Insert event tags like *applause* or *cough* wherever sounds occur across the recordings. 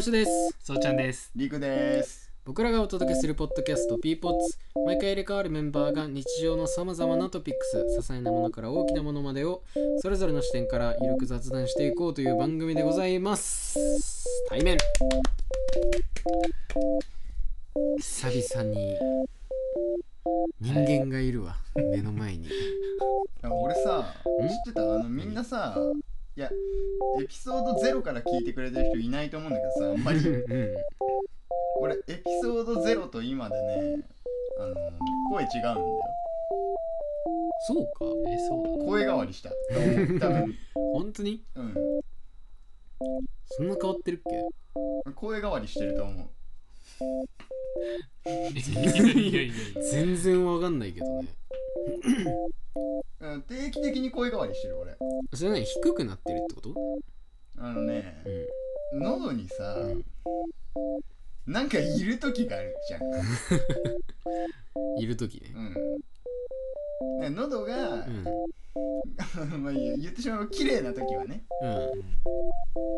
しですそうちゃんですりくです。僕らがお届けするポッドキャスト p ポッツ毎回入れ替わるメンバーが日常のさまざまなトピックス些細なものから大きなものまでをそれぞれの視点からゆるく雑談していこうという番組でございます対面久々に人間がいるわ、目の前にいや俺さ、知ってたあのみんなさ、いや、エピソード0から聞いてくれてる人いないと思うんだけどさ、あんまう *laughs* りん俺、エピソード0と今でね、あの声違うんだよ。そうかえそう声変わ *laughs* りした。多分、多分本当にそんな変わってるっけうん、声変わりしてると思だね。いやいやいやいや。全然わかんないけどねう。うん、定期的に声変わりしてる俺。それね低くなってるってことあのね、うん喉にさ、うんなんかいる時があるじゃん。いる時ねうん。ね喉がう、ん *laughs* まあいいや言ってしまう綺麗な時はね、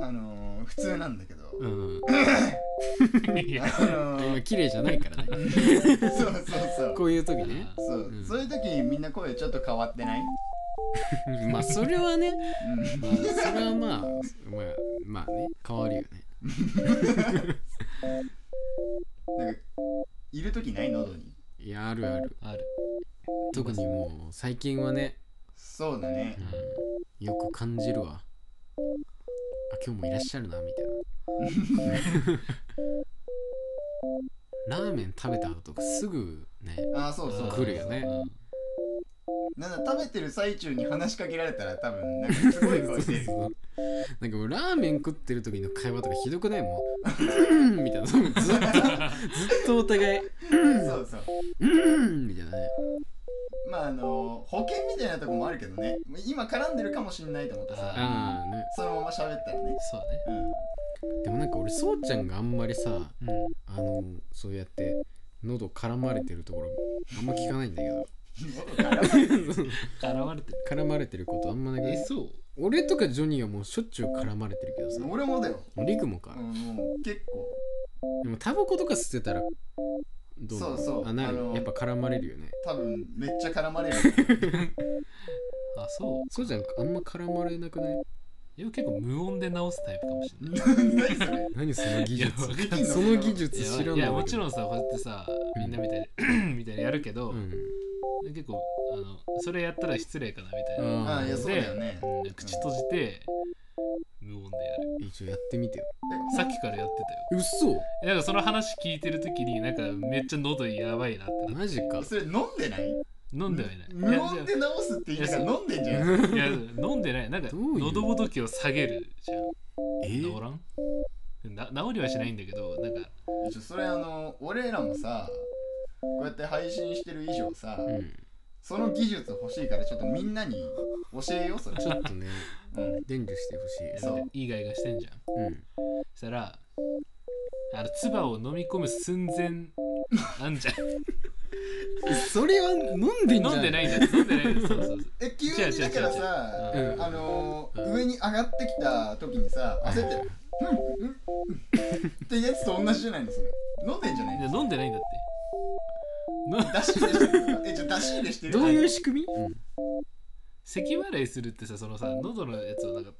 あのー、普通なんだけど、うん *laughs* うんいやあの今ー、綺麗じゃないからねそうそうそうこういう時ねそう、うんそういう時みんな声ちょっと変わってない、 *laughs* まあそれはね、うん、まあ、それはまあまあまあね変わるよねなんかいる時ない喉にいやあるあるある。特にもう最近はね、そうだねうん、よく感じるわあ今日もいらっしゃるなみたいなラーメン食べた後とかすぐねああそうそう来るよねなんだ食べてる最中に話しかけられたら多分なんかすごい声出るそう *laughs* なんかもうラーメン食ってる時の会話とかひどくないも *laughs* んみたいなずっとずっとお互いそうそうみたいなねまああのー、保険みたいなとこもあるけどね今絡んでるかもしんないと思ってさああねそのまま喋ったらねそうだね。でもなんか俺そうちゃんがあんまりさうん。あのそうやって喉絡まれてるところあんま聞かないんだけど *laughs* うん喉絡む絡まれてる。絡まれてることあんまなくないそう。俺とかジョニーはもうしょっちゅう絡まれてるけどさ俺もだよ、リクもかうん、もう結構でもタバコとか吸ってたらどうなのそうそうあなるあのやっぱ絡まれるよね多分めっちゃ絡まれるあ、そ。そうじゃんあんま絡まれなくないういや、結構無音で直すタイプかもしれない。何それ何その技いや術わかんできんその技術知らないいや、もちろん、んさ、こうやってさ、みんなみ *coughs* たいに、みたいにやるけど、うん、結構、あの、それやったら失礼かなみたいな。あああいやあそうだよねうん口閉じて、無音でやる。一応やってみてよさっきからやってたよ。うっそえなんかその話聞いてるときに、なんかめっちゃ喉やばいなってな。マジかえそれ飲んでない飲んではいない。無いやじゃ音あで直すって言いながら飲んでんじゃんいや飲んでないなんかどういう喉仏を下げるじゃんえ治らんな治りはしないんだけどなんかちょそれあの俺らもさこうやって配信してる以上さ、うんその技術欲しいからちょっとみんなに教えようそれちょっとねうん伝授してほしいそういい害がしてんじゃんうんそしたらあの唾を飲み込む寸 *laughs* 前あんじゃんえそれは飲んでんじゃん飲んでないんだよ飲んでないんだよそうそうそうえ急にだからさ違う違う違ううんあのーうん上に上がってきた時にさ焦って「うんうんうん」ってやつと同じじゃないのそれ飲んでんじゃないいやの飲んでないんだって出し入れしてるえじゃあ出し入れしてるどういう仕組み、うん咳払いするってさそのさ喉のやつをなんか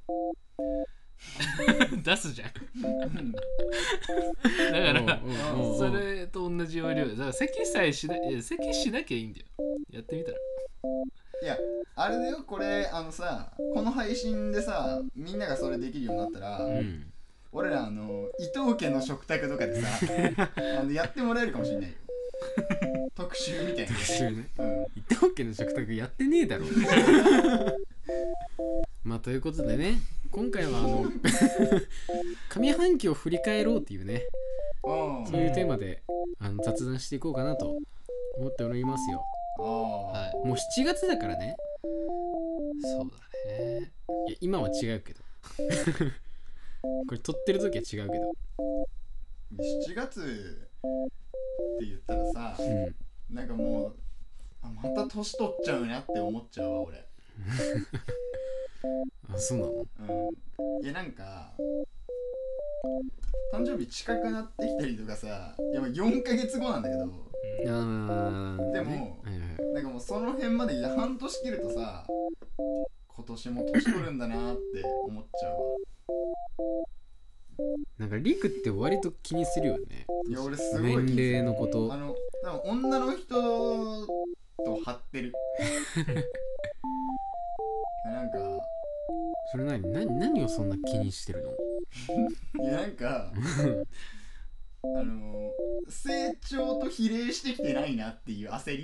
*laughs* 出すじゃんうんだからおうおうおうそれと同じ要領だから咳さえしないや咳しなきゃいいんだよやってみたらいやあれだよこれあのさこの配信でさみんながそれできるようになったら、うん俺らあの伊藤家の食卓と *laughs* かでさあのやってもらえるかもしんないよ特集みたいな特、集ねうん、伊藤家の食卓やってねえ *laughs* だろまあということでね今回はあの上半期を振り返ろうっていうねうんそういうテーマで、あの雑談していこうかなと思っておりますよあはいもう7月だからねそうだねいや今は違うけど *laughs* これ撮ってる時は違うけどー7月って言ったらさうんなんかもうあまた年取っちゃうなって思っちゃうわ俺、あそうなのうん、いやなんか誕生日近くなってきたりとかさいやまあ4ヶ月後なんだけどうんあーでもはいはいなんかもうその辺まで半年切るとさ今年も年取るんだなーって思っちゃうわなんかリクって割と気にするよねいや俺すごい年齢のこあとの多分女の人と張ってる *laughs* なんかそれ何何何をそんな気にしてるのいやなん *laughs* かあの成長と比例してきてないなっていう焦り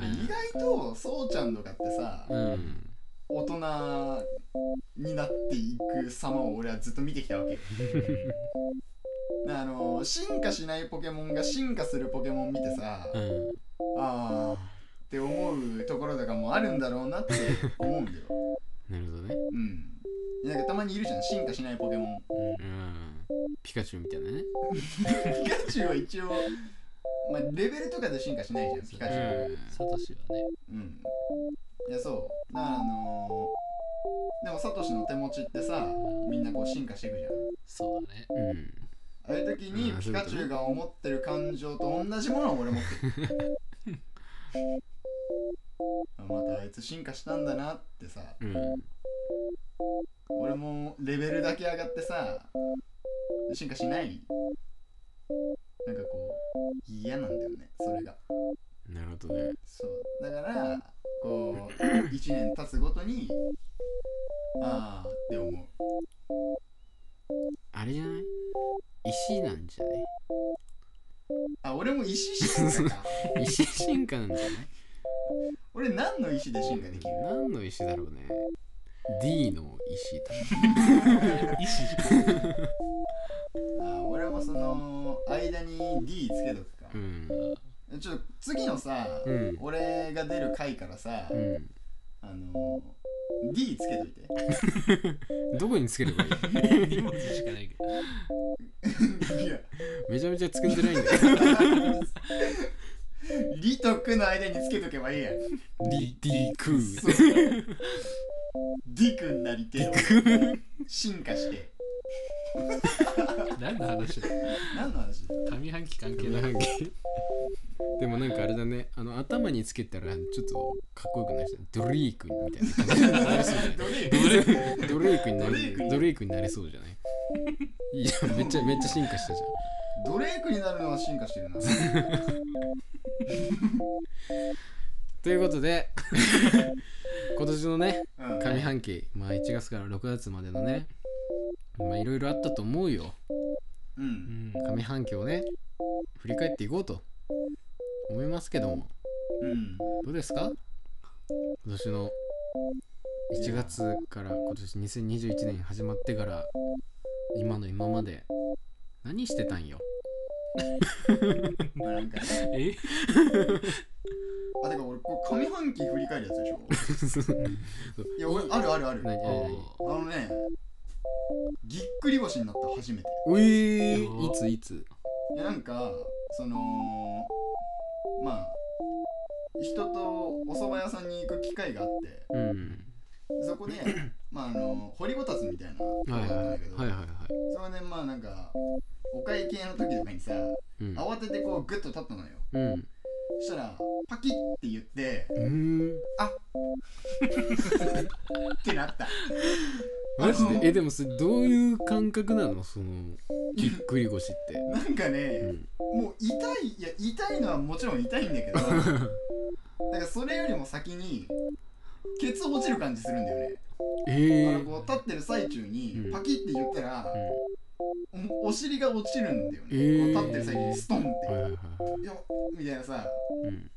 意外とそうちゃんとかってさ、うん大人になっていく様を俺はずっと見て *laughs* きたわけよあの進化しないポケモンが進化するポケモン見てさ、うんああって思うところとかもあるんだろうなって思うんだよ。なるほどねうん。なんかたまにいるじゃん、進化しないポケモン。うんピカチュウみたいなねピカチュウは一応、まあ、レベルとかで進化しないじゃん、ピカチュウ。サトシはねうん。いや、そう。だからあのーでもサトシの手持ちってさ、みんなこう進化していくじゃん。そうだねうんああいう時にあーそピういうこカとねチュウが思ってる感情と同じものを俺持ってる。あまたあいつ進化したんだなってさ。うん俺もレベルだけ上がってさ進化しないなんかこう嫌なんだよねそれがなるほどねそうだからこう1年経つごとにああって思うあれじゃない石なんじゃなあ俺も石進化かい石進化なんじゃない俺何の石で進化できる何の石だろうね D の石だ意志あー俺もその間に D つけとくかう、んちょっと次のさ、うん俺が出る回からさ、うんあの D つけといてどこにつければいい2文字しかないけ *laughs* どいやめちゃめちゃ作りづらいんだ *laughs* よリとクの間につけとけばいいやん。 D, D クーそうディクになりてえ進化して。何の話だ何の話だ上半期関係なないんかでもなんかあれだねあの頭につけたらちょっとかっこよくなりそうドリークみたいな感じになりそうじゃドレイどクれないドリークになるドレイクにドリークになれそうじゃないいいじゃんめっちゃめっちゃ進化したじドレイクになるのは進化してるな。ゃんということ *laughs* で今年のねうん、上半期、まあ1月から6月までのねまあいろいろあったと思うよう。うんん上半期をね振り返っていこうと思いますけどもうん。どうですか今年の1月から今年2021年始まってから今の今まで何してたんよ *laughs* まあなんかね。えあ、てか俺、これ上半期振り返るやつでしょいや、俺、あるあるある。何あ何何のね、ぎっくり腰になった、初めて。うえー、やいついついや、なんか、その、まあ、人とお蕎麦屋さんに行く機会があって、うん *clears throat* そこで、まあ、あの掘りごたつみたいなとこだはっいたはいはんだいけど、はいはいはいそれでまあなんかお会計の時とかにさうん慌ててこうグッと立ったのようんそしたらパキッて言ってうーんってなった *laughs* マジあのでえでもそれどういう感覚なのそのぎっくり腰っなんかて、うね、ん、もう痛いいや痛いのはもちろん痛いんだ *laughs* けどなんかそれよりも先にケツ落ちる感じするんだよね、えあのー、こう立ってる最中にうんパキッて言ったら、うもうお尻が落ちるんだよね、えーこう立ってる最中にストンって、んはいはいはいいやみたいなさうん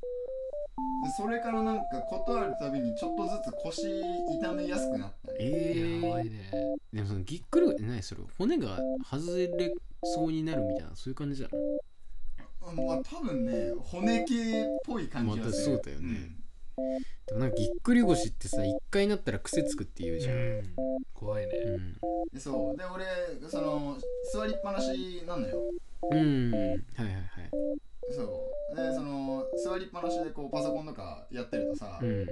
それからなんか事あるたびにちょっとずつ腰痛めやすくなったりえー、やばいねでもそのぎっくりってないそれ骨が外れそうになるみたいなそういう感じだろあまあ多分ね骨系っぽい感じはするまたそうだよねでもなんかぎっくり腰ってさ一回なったら癖つくって言うじゃん、うん怖いねうんそうで俺その座りっぱなしなんだようん、はいはいはいそうでその座りっぱなしでこうパソコンとかやってるとさ、うん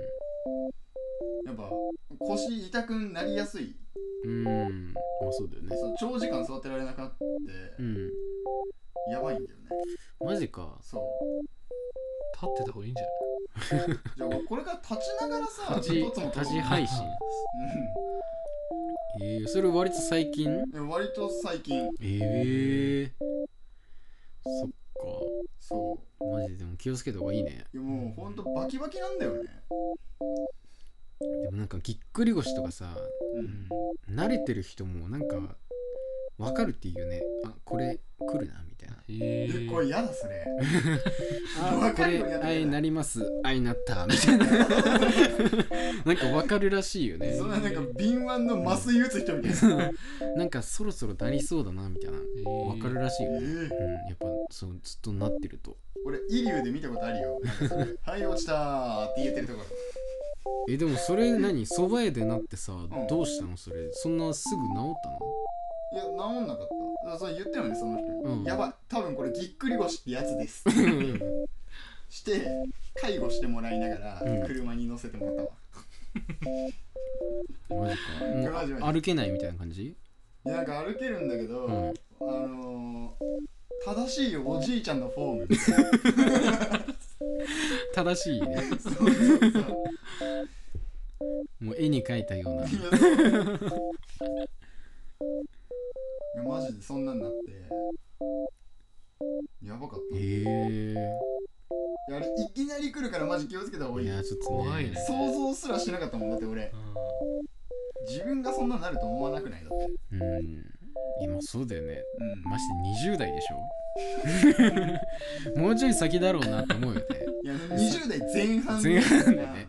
やっぱ腰痛くなりやすいうんまあそうだよねそう長時間座ってられなくなって、うんやばいんだよねマジかそう立ってた方がいいんじゃないじゃあ俺これから立ちながらさ立ち一つも立ち配信ええそれ割と最近うんで割と最近ええそっそかマジででも気をつけた方がいいねういやもうほんとバキバキなんだよねでもなんかぎっくり腰とかさうん慣れてる人もなんか分かるっていうよねあこれ来るなみたいなへえーこれやだそれあわこかるれよやだ愛やだなります愛なったみたいな *laughs* なんかわかるらしいよねそんななんか敏腕の麻酔打つ人みたいななんかそろそろなりそうだなみたいなえーわかるらしいよね、ええうん、やっぱそうずっとなってると俺イリューで見たことあるよなんかそれはい落ちたーって言ってるところえでもそれ何そば屋でなってさんどうしたのそれそんなすぐ治ったのいや治んなかっただからそれ言ったよねその人、うんやばい多分これぎっくり腰ってやつですうんして介護してもらいながうんら車に乗せてもらったわ、マジかもうマジマジ歩けないみたいな感じいやなんか歩けるんだけど、うんあのー、正しいおじいちゃんのフォーム *laughs* みたい正しいねなそうそうそうもう絵に描いたようないやそういやマジでそんなんなってやばかったいへやあれいきなり来るからマジ気をつけた方がえいいいやちょっとね怖いね想像すらしなかったもんだって俺う自分がそんなんなると思わなくないだってうん今そうだよねうんまして20代でしょ *laughs* もうちょい先だろうなって思うよねいや20代前半前半だだよね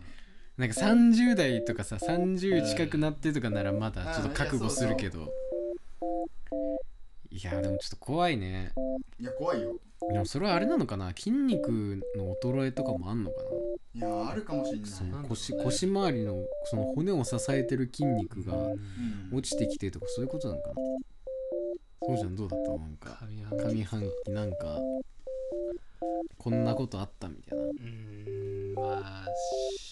なんか30代とかさ30近くなってとかならまだちょっと覚悟するけどいやでもちょっと怖いねいや怖いよでもそれはあれなのかな筋肉の衰えとかもあんのかいやあるかもしなんないそうんの腰腰周りのその骨を支えてる筋肉がん落ちてきてとかそういうことなのかなそうじゃんどうだったなんか上半期上半期なんかこんなことあったみたいな *laughs* うーんまあ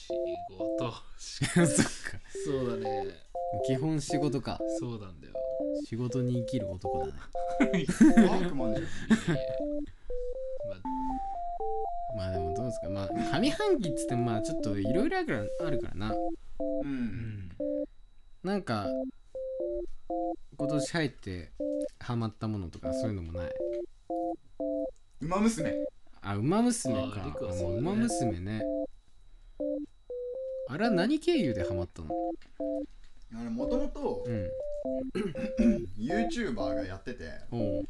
仕事そっかそうだね基本仕事かそうなんだよ仕事に生きる男だねワークマンじゃんいやいやままああでもどうですかまあ上半期っつってもまあちょっといろいろあるからあるからなううんんなんか今年入ってハマったものとかそういうのもない馬娘あ馬娘かあリクはあそうだね馬娘ねあれは何経由でハマったのあれもともとうん YouTuber がやってておう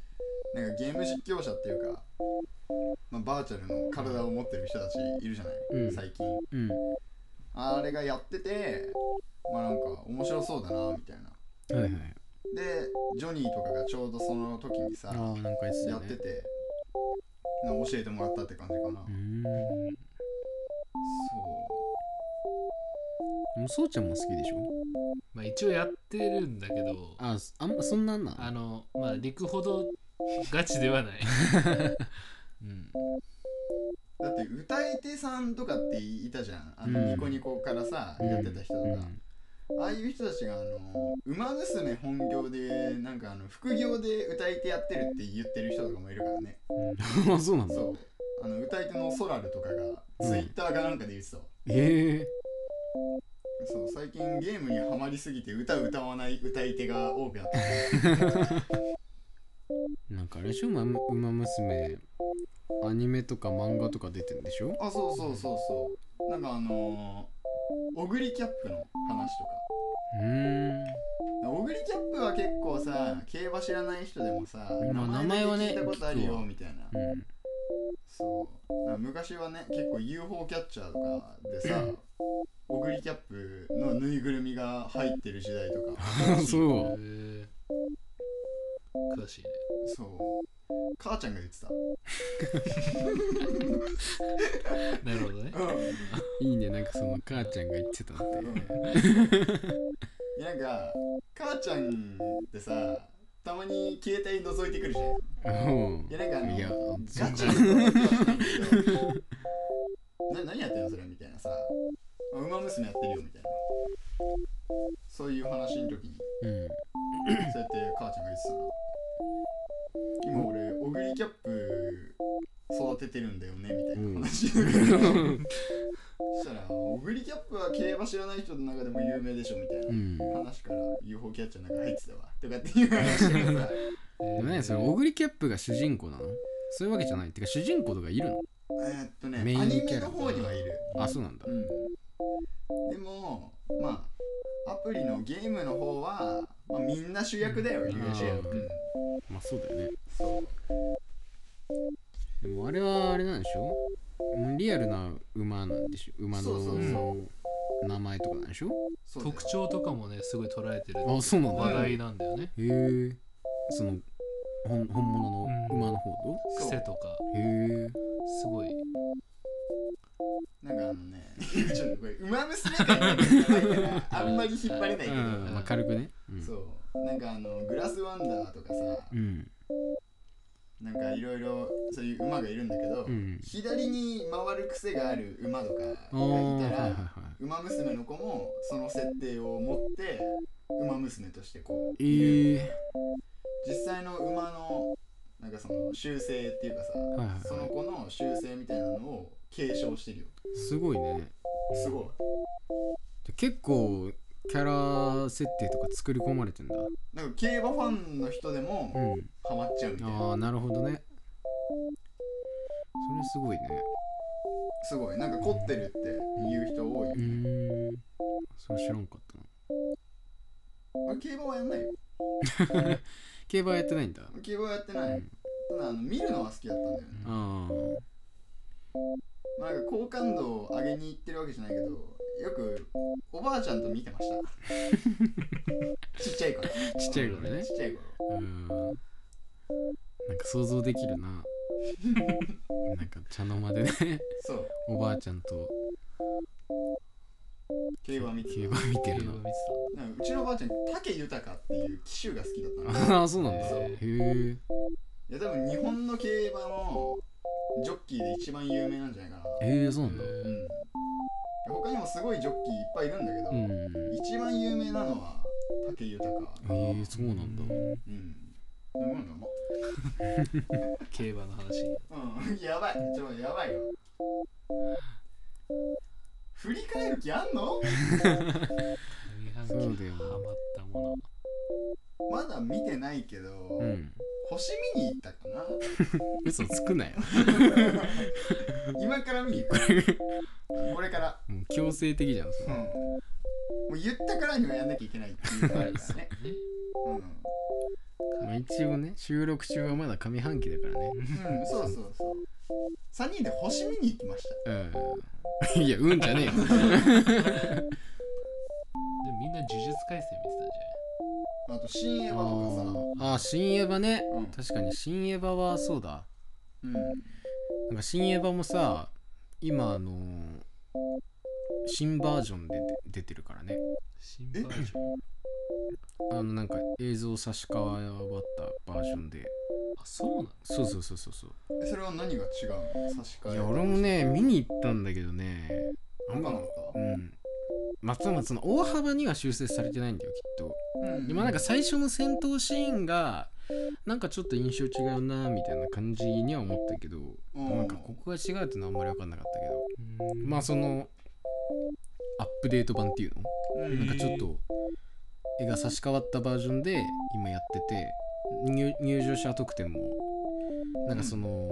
なんかゲーム実況者っていうか、まあ、バーチャルの体を持ってる人たちいるじゃない、うん最近うんあれがやっててまあなんか面白そうだなみたいなはいはいでジョニーとかがちょうどその時にさああなんかやつだやよっねててな教えてもらったって感じかな、うーそんでもそうちゃんも好きでしょまあ一応やってるんだけどあああんまそんなんなののまあ陸ほどガチではないうんうだって歌い手さんとかっていたじゃんあうんのニコニコからさ、うんやってた人とか、うんああいう人たちがあの馬娘本業でなんかあの副業で歌い手やってるって言ってる人とかもいるからねあそうなんだ *laughs* そうあの歌い手のソラルとかがうんツイッターかなんかで言ってたわ、へえそう最近ゲームにはまりすぎて歌歌わない歌い手が多くなってなんかあれでしょまむ馬娘アニメとか漫画とか出てるんでしょあそうそうそうそうなんかあのー、オグリキャップの話とかうーんオグリキャップは結構さ競馬知らない人でもさまあ名前はね聞いたことある聞くよわみたいな、うんそうなんか昔はね結構 UFO キャッチャーとかでさオグリキャップのぬいぐるみが入ってる時代とか *laughs* そうへえ詳しいねそう母ちゃんが言ってた、なるほどねいいねなんかその母ちゃんが言ってたって *laughs* いやなんか母ちゃんってさたまに携帯覗いてくるじゃんうんいやなんかあのいやそガう *laughs* チャのことはしないけどな何やってんのそれみたいなさ馬ウマ娘やってるよみたいなそういう話の時にうんそうやって母ちゃんが言ってたな今俺オグリキャップ育ててるんだよねみたいな話、そしたらオグリキャップは競馬知らない人の中でも有名でしょみたいな、うん話から UFO キャッチャーなんか入ってたわとかっていう話で *laughs* さでもねそれオグリキャップが主人公なのそういうわけじゃないってか主人公とかいるのえーっとねメインアニキメャラの方にはいるあそうなんだうん、でもまあアプリのゲームの方は、まあ、みんな主役だよ、うん言うしうんうんまあそうだよねそうでもあれはあれなんでしょうんリアルな馬なんでしょ馬そうそうの名前とかなんでしょそうだよ特徴とかもねすごい捉えてるあそうなん話だへ題なんだよね、えその本本物のうん馬の方とそう癖とかへえすごいなんかあのね *laughs* ちょっとこれ馬娘感が出てないからあんまり引っ張れないけうど、んまあ軽くねうんそうなんかあのグラスワンダーとかさうんなんかいろいろそういう馬がいるんだけど、うん左に回る癖がある馬とかがいあーはいたはいらは馬娘の子もその設定を持って馬娘としてこういええ実際の馬のなんかその習性っていうかさ、はいはいはいその子の習性みたいなのを継承してるよすごいねすごい結構キャラ設定とか作り込まれてんだなんか競馬ファンの人でうもんハマっちゃうみたいな、ああなるほどねそれすごいねすごいなんか凝ってるって言う人多いよ、うーんそれ知らんかったな俺競馬はやんないよ競馬やってないんだ競馬はやってない、うんただあの見るのは好きだったんだよね、あまあ、なんか好感度を上げに行ってるわけじゃないけどよくおばあちゃんと見てました *laughs* ちっちゃい頃ちあちっちゃい頃ねっちゃい頃うんなんか想像できる *laughs* ななんか茶の間でねそうおばあちゃんと競馬見てた競馬見て映画見るてのなんかうちのばあちゃん武豊っていう騎手が好きだ *laughs* ったのああそうなんだそうへえいや多分日本の競馬のジョッキーで一番有名なんじゃないかなええそうたなんだうん他にもすごいジョッキーいっぱいいるんだけど、うん一番有名なのは武豊ええそうなんだうんなんだ競馬の話うん、 *laughs* やばい、ちょっとやばいよ。振り返る気あんの上半そう期だよハマったもまだ見てないけど、うん星見に行ったかな嘘つくなよ今から見に行く。これから。もう強制的じゃんそうん。れもう言ったからにはやんなきゃいけないっていうのが *laughs* あるからね。のねうん。うまあ一応ね収録中はまだ上半期だからねん、そうそうそう。3人で星見に行きました。うん *laughs* いやうんじゃねえよでもみんな呪術廻戦見てたじ *laughs* あと、新映画とかさ。あー新エヴァね、うん確かに新エヴァはそうだうん。なんか新エヴァもさ今あのー新バージョンで出出てるからねゃん新バージョンあのなんか映像差し替わったバージョンであそうなのそうそうそうそうそうえそれは何が違うの差し替え。いや俺も。ね見に行ったんだけどね他なのかうんまあ多分その大幅には修正されてないんだよきっとうんでもなんか最初の戦闘シーンがなんかちょっと印象違うなみたいな感じには思ったけど、うんなんかここが違うってのはあんまり分かんなかったけど、うんまあそのアップデート版っていうの、うなんんかちょっと絵が差し替わったバージョンで今やってて入入場者特典もなんかその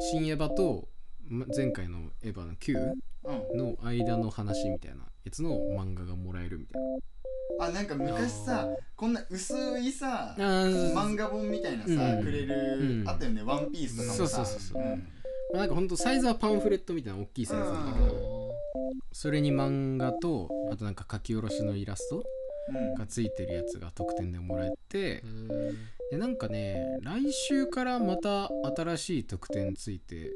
新エヴァとま前回のエヴァの Q うんの間の話みたいなやつの漫画がもらえるみたいあなんか昔さこんな薄いさな。あー漫画本みたいなさ、うんくれる、うんあったよね「ワンピースとかもさそうそうそうそうんまあなんかほんとサイズはパンフレットみたいな大きいサイズなんだけど、それに漫画とあとなんか書き下ろしのイラストうんがついてるやつが特典でもらえてうんでなんかね来週からまた新しい特典ついて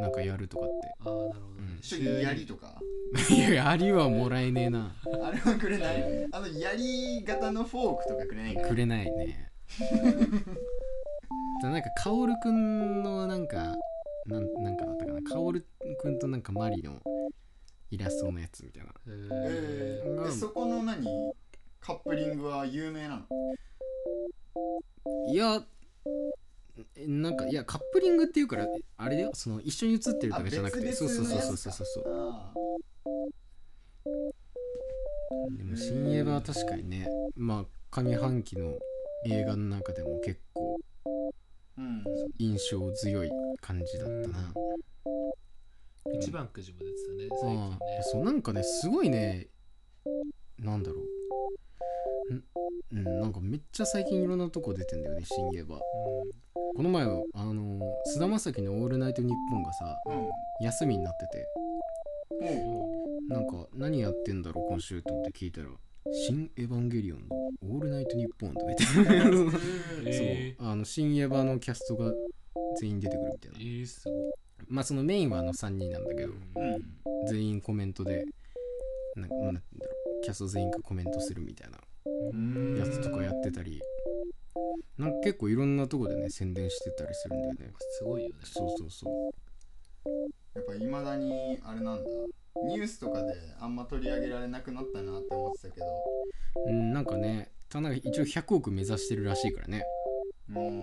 なんかやるとかっあーなるほどうねんちょっと槍とかて *laughs* いや槍はもらえねえなあれはくれないよねあの槍型のフォークとかくれないかくれない *laughs* ねだなんかカオルくんのなんかなんなんかだったかなカオルくんとなんかマリのイラストのやつみたいなええー、ーうえんそこの何カップリングは有名なのいやえなんかいやカップリングっていうからあれだよその一緒に写ってるとかじゃなくてあそうそう別そう々のやつかそうそうそうそうあでも新映画は確かにねまあ上半期の映画の中でも結構あうん印象強い感じだったな、一番くじも出てたねああ最そうなんかねすごいねなんだろうんうんなんかめっちゃ最近いろんなとこ出てんだよね新言えばこの前はあの菅田将暉の「オールナイトニッポン」がさうん休みになってても近ねなんか何やってんだろう今週と思って聞いたら「新エヴァンゲリオンのオールナイトニッポン」とか言って *laughs* うそんえーう、あの新エヴァのキャストが全員出てくるみたいうんなえー、すごいまあそのメインはあの3人なんだけどうん全員コメントでなんかなんて言うんだろうキャスト全員がコメントするみたいなうんやつとかやってたりなんか結構いろんなとこでね宣伝してたりするんだよねすごいよねそうそうそやっぱいまだにあれなんだニュースとかであんま取り上げられなくなったなって思ってたけどううんなんかね田中一応100億目指してるらしいからねうん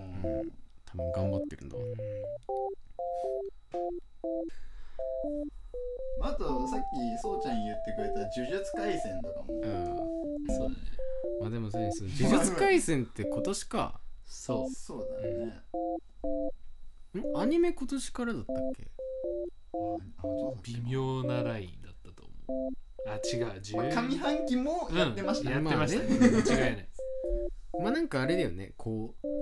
多分頑張ってるんだわまああとさっきそうちゃん言ってくれた「呪術廻戦」とかもうんそうだねまあでもそうです呪術廻戦って今年かそそうだよねんアニメ今年からだったっけああそうだう微妙なラインだったと思うあ違うまあ10上半期もやってましたうん、ねやってましたね、間違いないまあなんかあれだよねこう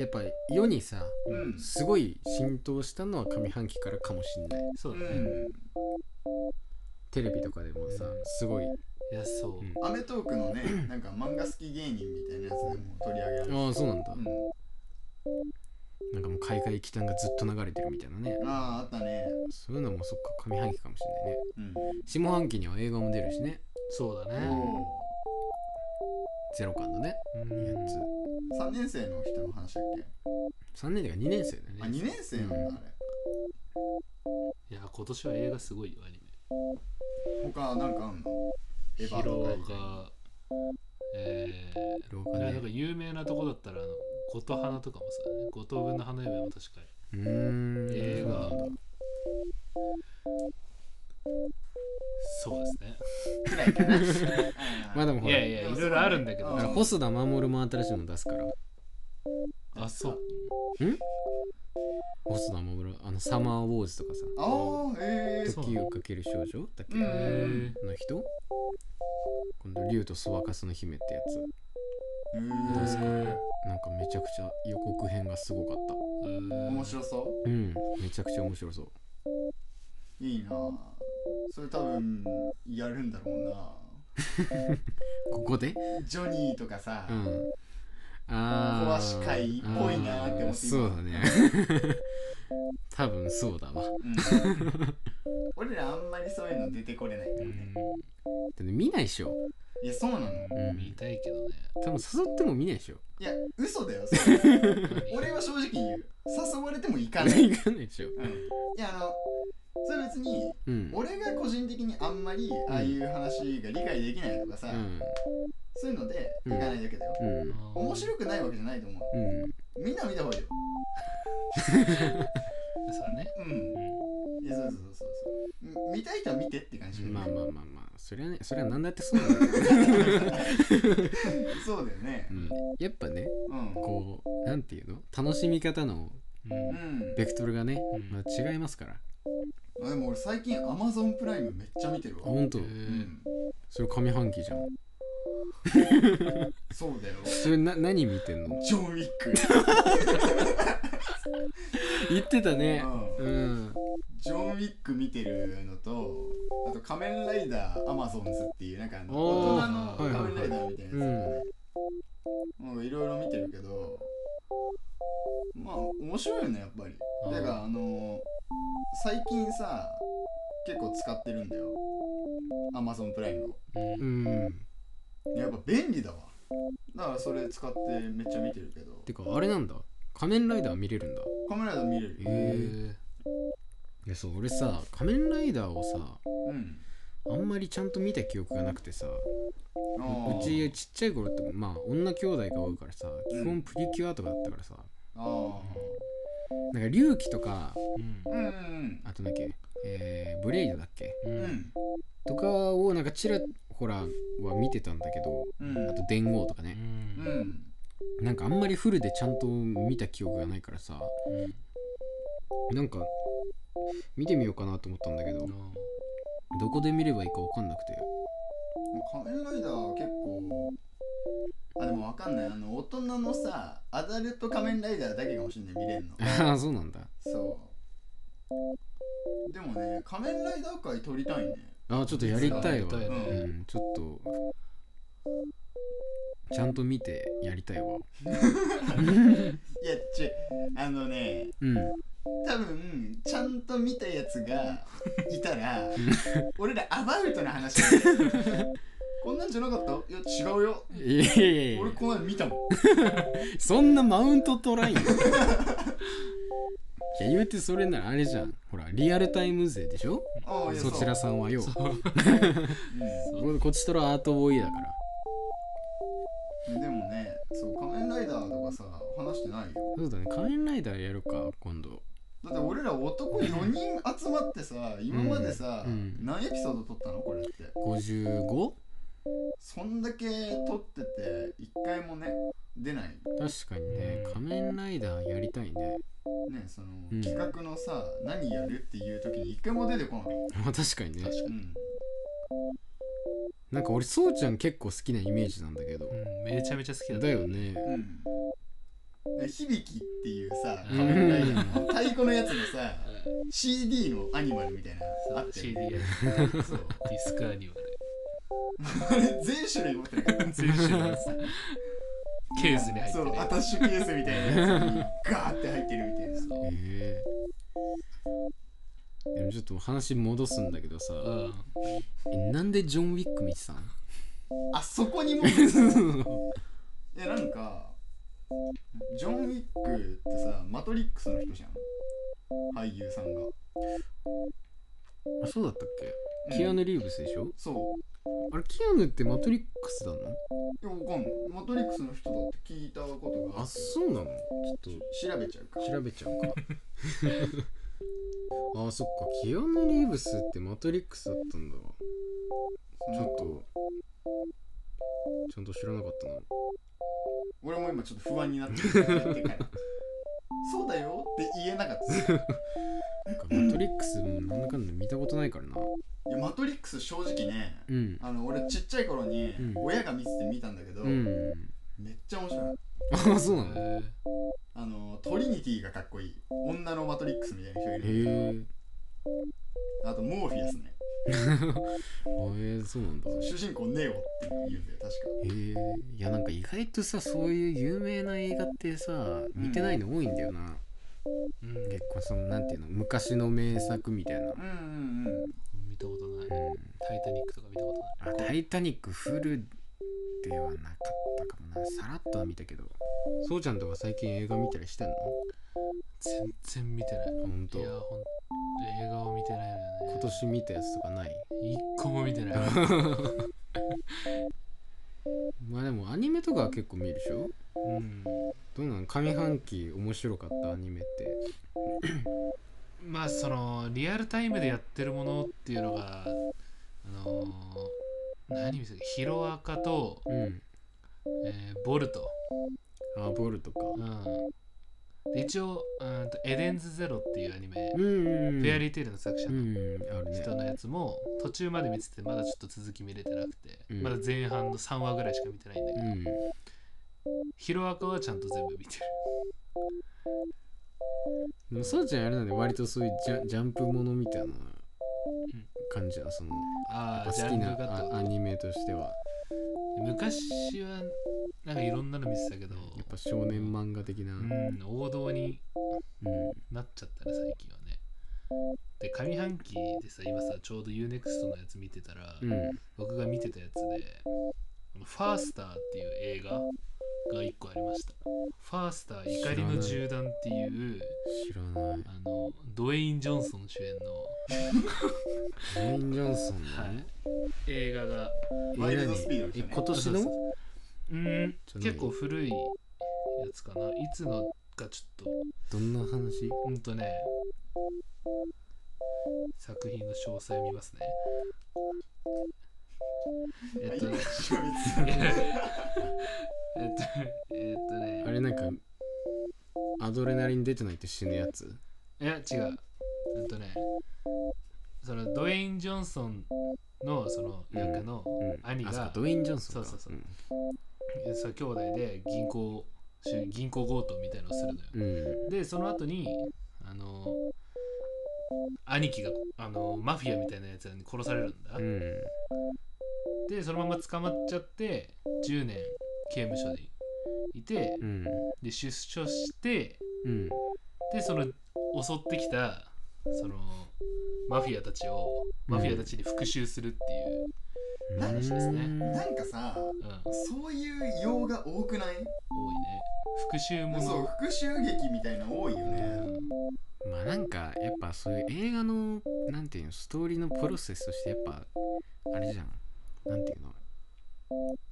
やっぱり世にさうんすごい浸透したのは上半期からかもしんないそううだね、いんテレビとかでもさすごいやそう、うんアメトーク *clears throat* のねなんか漫画好き芸人みたいなやつでも取り上げられてああそうなんだうんなんかもう海外忌憚がずっと流れてるみたいなねあああったねそういうのもそっか上半期かもしれないねうん下半期には映画も出るしねそうだね、おゼロ巻のねうん、やつー3年生の人の話だっけ3年生が2年生だあね2年生なんだあれいや今年は映画すごいよアニメ他なんかあんのエヴヒァとロかがえ廊ー、下なねんか有名なとこだったらあの五島花とかもさ、ね、五等分の花嫁も確かうーん映そうな画んだそうですねくらいか *laughs* なまあでもほいらやいやいろいろあるんだけうだからどん細田守も新しいの出すからあそう細田守あのサマーウォーズとかさああええそう時をかける少女だっけうんへの人今度竜とそばかすの姫ってやつうどうですかーなんんかめちゃくちゃ予告編がすごかっ面白そたうんめちゃくちゃ面白そうういいなぁそれ多分やるんだろうなここでジョニーとかさ、 *laughs* うんああ壊し会っぽいなーって思って今そうだね *laughs* 多分そうだわうん俺らあんまりそういうの出てこれないからうねんでも見ないでしょ、いやそうなのう見ん、たいけどね多分誘っても見ないでしょいや嘘だよそ *laughs* れ俺はは正直言う誘われても行かない、うん、い行かないでしょやあのそれ別にうん俺が個人的にあんまりああいう話が理解できないとかさ、うんそういうのでうん行かないだけだよ、うん面白くないわけじゃないと思うんうみんな見た方がいいよいそうだねうんいやそうそうそうそうそうみ見たい人は見てって感じだよねまあ *laughs* まあまあまあそれはねそれは何だってそうなんだけど、 *laughs* *laughs* そうだよねうん、やっぱねうんこうなんていうの楽しみ方のうんうんベクトルがね、んまあ、違いますからあでも俺最近 Amazon プライムめっちゃ見てるわほんとうんそれ上半期じゃんそうだよそれな何見てんのジョン・ウィック、言ってたねううんんジョン・ウィック見てるのとあと仮面ライダーアマゾンズっていうなんかあのお大ー人の仮面ライダーみたいなやつとかはいはいねはもういろいろ見てるけどまあ面白いよねやっぱりあーだからあの最近さ結構使ってるんだよ Amazon プライムをうんやっぱ便利だわだからそれ使ってめっちゃ見てるけどてかあれなんだ仮面ライダー見れるんだカメラで見れるへえいやそう俺さ仮面ライダーをさうんあんまりちゃんと見た記憶がなくてさうあーちちっちゃい頃ってまあ女兄弟が多いからさう基ん本プリキュアとかだったからさ、あーなんか龍騎とかうんうんうんあとなんだっけ、えーブレイドだっけううんんとかをなんかちらほらは見てたんだけどうんあと伝言とかうね、うんんなんかあんまりフルでちゃんと見た記憶がないからさうんなんか見てみようかなと思ったんだけどどこで見ればいいか分かんなくて仮面ライダーは結構あでもわかんないあの大人のさアダルト仮面ライダーだけかもしんない見れんのああそうなんだそうでもね仮面ライダー界撮りたいねあーちょっとやりたいわやりたいねうん、ちょっとちゃんと見てやりたいわいやちあのねうん多分ちゃんと見たやつ *laughs* がいたら俺らアバウトな話だよ *laughs* こんなんじゃなかったいや違うよいやいやいや俺この前見たもんそんなマウント取らんよ *laughs* いや言うてそれならあれじゃんほらリアルタイム勢でしょああいやそちらさんはよそううここっちとらアートボーイだからん、でもねそう仮面ライダーとかさ話してないよそうだね仮面ライダーやるか今度だって俺ら男4人集まってさ今までさ、うんうん何エピソード撮ったのこれって 55? そんだけ撮ってて一回もね出ない確かにねうん仮面ライダーやりたいね *laughs* ねその、うん企画のさ何やるっていう時に一回も出てこない、まあ確かにねうん、なんか俺そうちゃん結構好きなイメージなんだけどうんめちゃめちゃ好きだっただよねうんで響きっていうさう仮ん面ライダーの太鼓のやつのさ CD のアニマルみたいなのあそうって CD やディそう *laughs* スクアニマルあれ全種類持ってるから全種類ケースに入ってそうアねタッシュケースみたいなやつにガーって入ってるみたいなそうへえでもちょっと話戻すんだけどさうんえなんでジョン・ウィック見てた *laughs* のあそ *laughs* こにもいやなんかジョン・ウィックってさマトリックスの人じゃん俳優さんが、あそうだったっうけんキアヌ・リーブスでしょそうあれキアヌってマトリックスなのいやわかんないマトリックスの人だって聞いたことがああってそうなのちょっ調べちゃうかと調べちゃうか *laughs* あそっかキアヌ・リーブスってマトリックスだったんだわちょっとちゃんと知らなかったな俺も今ちょっと不安になってるっていうかそうだよって言えなかったですいなんかマトリックスもなんだかんだ見たことないからなやマトリックス正直ねうんあの俺ちっちゃい頃にうん親が見てて見たんだけど、うんめっちゃ面白いあそうなのへへあのトリニティがかっこいい女のマトリックスみたいな人がいるえ *laughs* あとモーフィアスねあえー、そうなんだへ主人公ネオって言うんだよ確かえいやなんか意外とさそういう有名な映画ってさ見てないの多いんだよな、えうん結構そのなんていうの昔の名作みたいな、うん、うんうんうん見たことないタイタニックとか見たことあないタイタニックフルではなかったかもなさらっとは見たけどそうちゃんとか最近映画見たりしてんの全然見てないほんといや今ほん映画を見てないのよね年見たやつとかない一個も見てないまあでもアニメとかは結構見るでしょうんどうなの上半期面白かったアニメってまあそのリアルタイムでやってるものっていうのがあのー、何見せるヒロアカと、うんえーボルト、あボルとかうん、で一応うんとエデンズゼロっていうアニメ、うんうんうんフェアリーテールの作者うのんあるね人のやつも途中まで見ててまだちょっと続き見れてなくて、うんまだ前半の3話ぐらいしか見てないんだけうど、んヒロアカはちゃんと全部見てるでもそうちゃんあれなんで割とそういうジャジャンプものみたいな感じはそのやあっあぱジャ好きンルながあったあアニメとしては昔はなんかいろんなの見てたけどやっぱ少年漫画的なううんん王道になっちゃったね最近はねで上半期でさ今さちょうど UNEXT のやつ見てたら、うん僕が見てたやつで「あのファースター」っていう映画が1個ありましたファースター怒りの銃弾っていう知らないあのドウェイン・ジョンソン主演の、エイン・ジョンソンだはねい、映画がえワイルド何スピードみたえいなね今年そうのそううーんじゃない結構古いやつかないつのかちょっどとんな話うんとね作品の詳細見ますねえっとね *laughs* えっとえっとねあれなんかアドレナリン出てないと死ぬやついや違ううんとねそのドウェイン・ジョンソンのその役のうん兄あそうかが、ドウェイン・ジョンソンかそうそうそうそう兄弟で銀行銀行強盗みたいのをするのようんうんでその後にあの兄貴があのマフィアみたいなやつらに殺されるんだ、うんでそのまま捕まっちゃって10年刑務所にいてうんで出所してうんでその襲ってきたそのマフィアたちをマフィアたちに復讐するっていう、何してですねなんかさうんそういう用が多くない多いね復讐もそうの復讐劇みたいなの多いよねまあなんかやっぱそういう映画のなんていうのストーリーのプロセスとしてやっぱあれじゃんなんていうの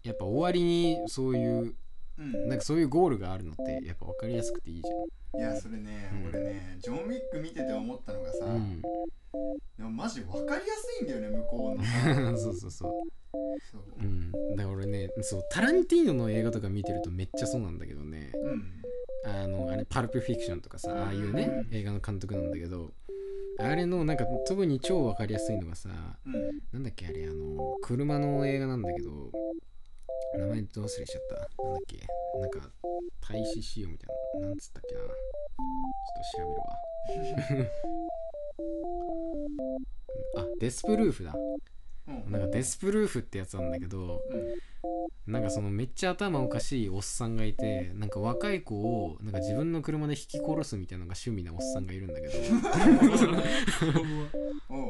やっぱ終わりにそういううんなんかそういうゴールがあるのってやっぱ分かりやすくていいじいやそれね、うん俺ねジョン・ウィック見てて思ったのがさ、ゃんうんでもマジ分かりやすいんだよね向こう *laughs* のそうそうそうそううんだから俺ねそうタランティーノの映画とか見てるとめっちゃそうなんだけどねうんあのあれパルプフィクションとかさああいうねうん映画の監督なんだけどあれのなんか特に超分かりやすいのがさうんなんだっけあれあの車の映画なんだけど名前どう忘れしちゃったなんだっけなんか対死しようみたいななんつったっけなちょっと調 *laughs* べるわあデスプルーフだうんなんかデスプルーフってやつなんだけどうんなんかそのめっちゃ頭おかしいおっさんがいてなんか若い子をなんか自分の車で引き殺すみたいなのが趣味なおっさんがいるんだけど *laughs* お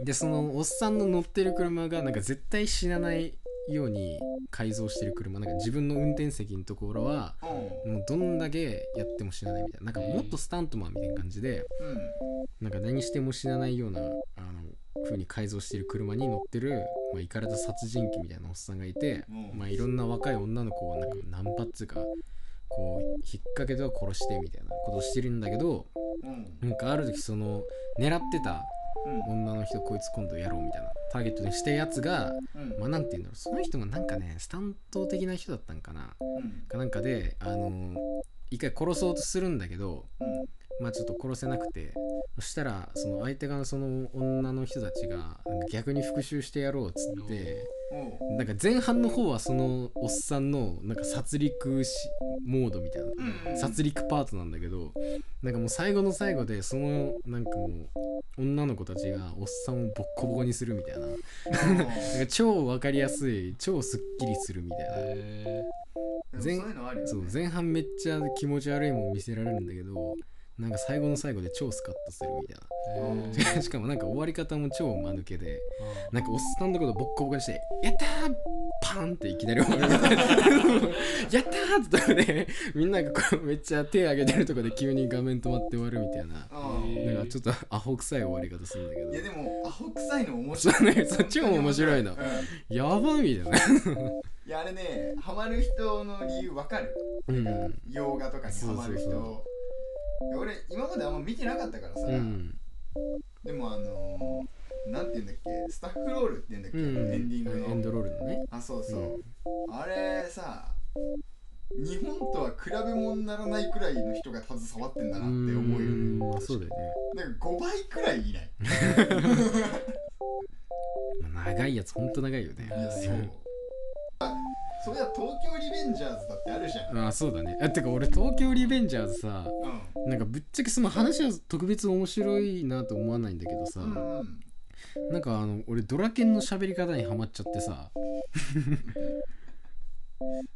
うでそのおっさんの乗ってる車がなんか絶対死なないように改造してる車なんか自分の運転席のところはおうもうどんだけやっても死なないみたいななんかもっとスタントマンみたいな感じでうんなんか何しても死なないようなあの風に改造してる車に乗ってるまあイカれた殺人鬼みたいなおっさんがいて、うんまあ、いろんな若い女の子をなんかナンパっつうかこう引っ掛けては殺してみたいなことをしてるんだけどうんなんかある時その狙ってたうん女の人こいつ今度やろうみたいなターゲットにしたやつがうんまあなんて言うんだろうその人がなんかねスタント的な人だったんかなうんかなんかであのー一回殺そうとするんだけどうんまあちょっと殺せなくてそしたらその相手側のその女の人たちがなんか逆に復讐してやろうっつっておうなんか前半の方はそのおっさんのなんか殺戮しモードみたいなうん殺戮パートなんだけどなんかもう最後の最後でそのなんかもう女の子たちがおっさんをボッコボコにするみたいななんか超わかりやすい超すっきりするみたいえおう前でもそういうのあるよなねそう前半めっちゃ気持ち悪いもん見せられるんだけどなんか最後の最後で超スカッとするみたいー、な *laughs* しかもなんか終わり方も超間抜けでなんかおっさんのことボッコボコにして「やったー!」パンっていきなり終わるやったー!」ってとこでみんながこうめっちゃ手挙げてるとこで急に画面止まって終わるみたいなうんえなんかちょっとアホ臭い終わり方するんだけどいやでもアホ臭いの面そ白いうねそっちも面白いのうんやばみたいな、いやあれねハマる人の理由わかるうん洋画とかにハマる人そうそういや俺今まであんま見てなかったからさ、うん、でもあのー、なんて言うんだっけスタッフロールって言うんだっけ、うん、エンディングのエンドロールのねあそうそう、あれさ日本とは比べ物にならないくらいの人が携わってんだなって思うよねんまあそうだよなんか5倍くらいいないね、まあ、長いやつほんと長いよねいやそうあそれは東京リベンジャーズだってあるじゃんあそうだねあてか俺東京リベンジャーズさうんなんかぶっちゃけその話は特別面白いなと思わないんだけどさ、うんうんなんかあの俺ドラケンの喋り方にハマっちゃってさ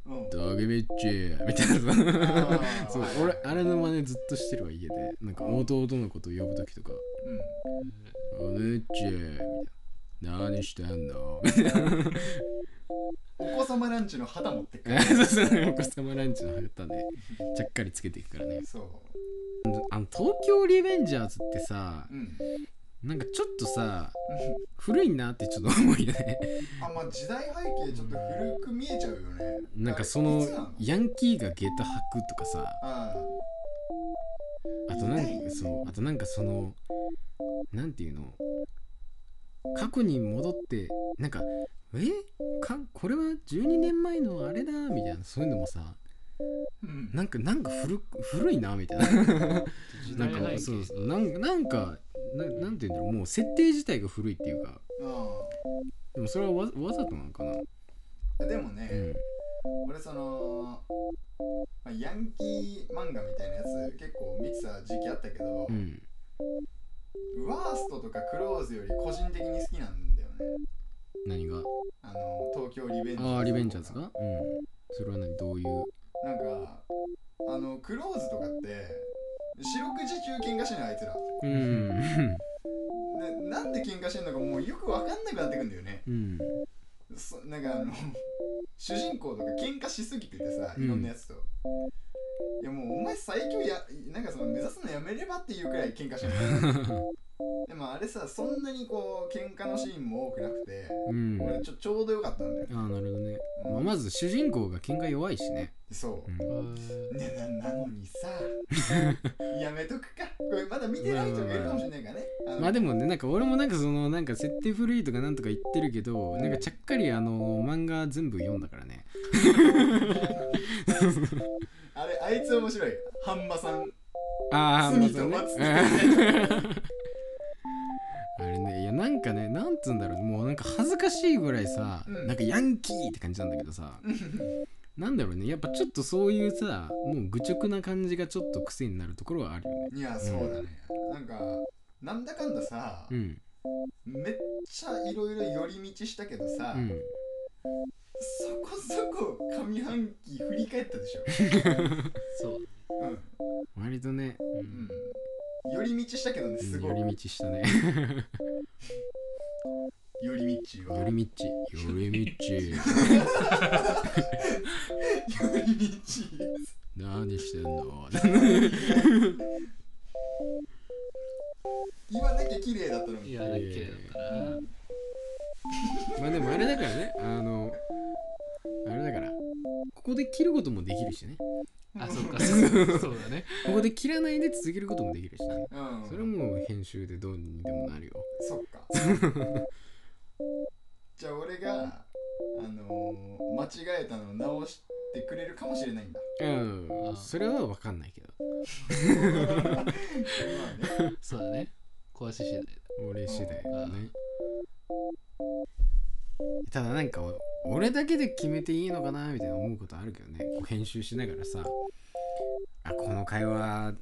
うん「ドゲビッチ」みたいなさあー *laughs* そうはい俺あれの真似ずっとしてるわ家でなんか弟のこと呼ぶ時とかう「んドゲビッチ」みたいな何してんのお子様ランチの旗持ってくるそうそうお子様ランチの旗でちゃっかりつけていくからねそあの東京リベンジャーズってさううんなんかちょっとさ古いなってちょっと思いねあまあ時代背景ちょっと古く見えちゃうよねなんかそいつなのヤンキーが下駄履くとかさああとなんいないよかそうあとなんかそのなんていうの過去に戻ってなんかえかこれは12年前のあれだみたいなそういうのもさうんなんかなんか古く古いなみたいな時なん代か背そう景そうなんかなんかななんていうんだろうもう設定自体が古いっていうかうでもそれはわわざとなんかなうんでもね、俺その、まあ、ヤンキー漫画みたいなやつ結構見てた時期あったけど、うんワーストとかクローズより個人的に好きなんだよね何があの東京リベンジャーズああリベンジャーズかうんそれは何どういうなんかあのクローズとかって四六時中喧嘩してんのあいつらうんななんで喧嘩してんのかもうよくわかんなくなってくんだよねうんそなんかあの *laughs* 主人公とか喧嘩しすぎててさうんいろんなやつと、いやもうお前最強やなんかその目指すのやめればっていうくらい喧嘩してんの *laughs* でもあれさそんなにこう喧嘩のシーンも多くなくてうん俺ちょちょうどよかったんだよ、ああなるほどね、うんまあ、まず主人公が喧嘩弱いしね、そうう、んうんね、ななの *laughs* にさやめとくかこれまだ見てない人がいるかもしれないからねのまあでもねなんか俺もなんかそのなんか設定古いとかなんとか言ってるけどなんかちゃっかりあの漫画全部読んだからねあれあいつ面白いハンマさんああ罪と罰みたいなあれねいやなんかねなんつうんだろうもうなんか恥ずかしいぐらいさ、うんなんかヤンキーって感じなんだけどさ、なんだろうねやっぱちょっとそういうさもう愚直な感じがちょっと癖になるところはあるよねいやそうだね、なんかなんだかんださ、うんめっちゃいろいろ寄り道したけどさ、うんそこそこ上半期振り返ったでしょ、そううん割とね、ううんん、寄り道したけどねすごい寄り道したね寄り道は寄り道寄り *laughs* 道 *laughs* 寄り道何してんの言わなきゃ綺麗だったのにいやだっけだな *laughs* まあでもあれだからねあのあれだからここで切ることもできるしねあそっかそうそうだねここで切らないで続けることもできるしね *laughs* うんそれはもう編集でどうにでもなるよそっか *laughs* じゃあ俺があのー、間違えたのを直してくれるかもしれな *laughs* いんだうんあそれは分かんないけどまあねそうだね壊し次第だ俺次第うんだねただなんか俺だけで決めていいのかなみたいな思うことあるけどねこう編集しながらさあこの会話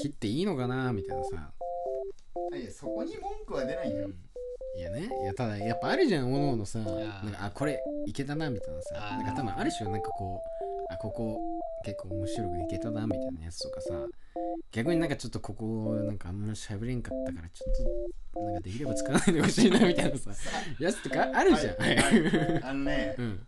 切っていいのかなみたいなさあいやそこに文句は出ないよ、 *laughs* いやねいやただやっぱあるじゃんおのおのさやーなんかあこれいけたなみたいなさあなーんか多分ある種なんかこうあここ結構面白くいけたなみたいなやつとかさ逆になんかちょっとここなんかあんま喋れんかったからちょっとなんかできれば使わないでほしいなみたいなさやつとかあるじゃん、はいはいあのねうん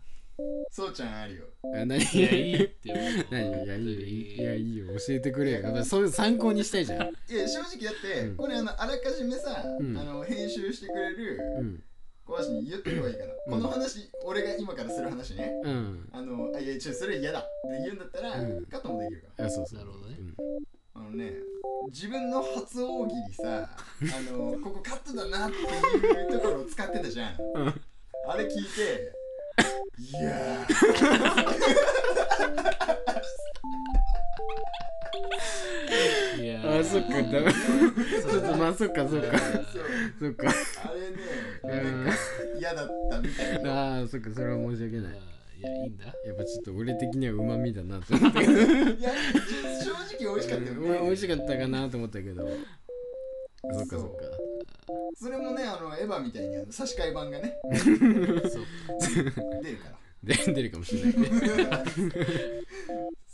そうちゃんあるよあ何いやいいって思う何いやいいいやいいよ教えてくれよやっぱそういう参考にしたいじゃんいや正直だって、うんこれあのあらかじめさ、うんあの編集してくれるうん小橋に言ってけばいいから、うんこの話俺が今からする話ねうんあのあいやちょそれ嫌だって言うんだったら、うんカットもできるからあそうそうなるほどねうんあのね、自分の初大喜 *laughs* 利さ、あの、ここカットだなっていうところを使ってたじゃん。んあれ聞いて、いやいやーあそっ *laughs* かだめちょっとまあそっかそっかー、そう、そっかあれね、うんなんか嫌だったみたいな。ああそっかそれは申し訳ないいやいいんだやっぱちょっと俺的にはうまみだなと思ったけどいや、正直美味しかったようん美ね。味しかったかなと思ったけどそっかそっかそれもね、あの、エヴァみたいにあの差し替え版がね、そう出るから。 *laughs* で出るかもしれないね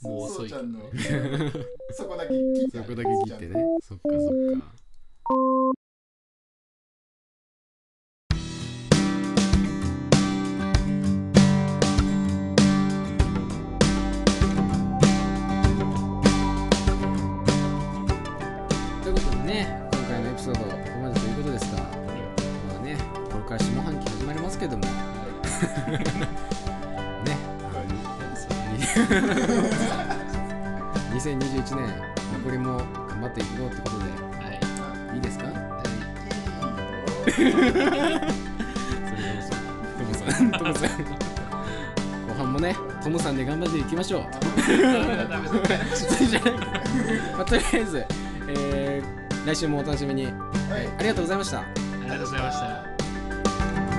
もうそ遅ういちゃけどんの *laughs* ね、そこだけ切ってそある。こだけ切ってねそっかそっかね今回のエピソードここまでということですがまあねこれから下半期始まりますけどもね2021年 *laughs* 残りも頑張っていこうってことはいでいいですかトムさんトムさん後半もねトムさんで頑張っていきましょうはいダメだダメだまあとりあえず、えー来週もお楽しみにはいありがとうございましたありがとうございました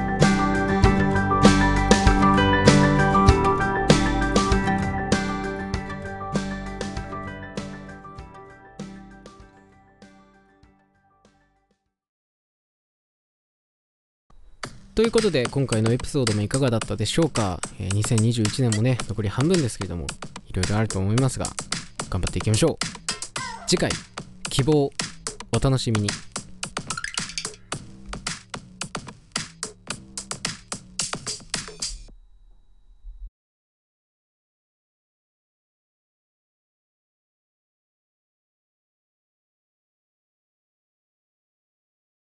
ということで今回のエピソードもいかがだったでしょうか、えー2021年もね残り半分ですけれどもいろいろあると思いますが頑張っていきましょう次回希望お楽しみに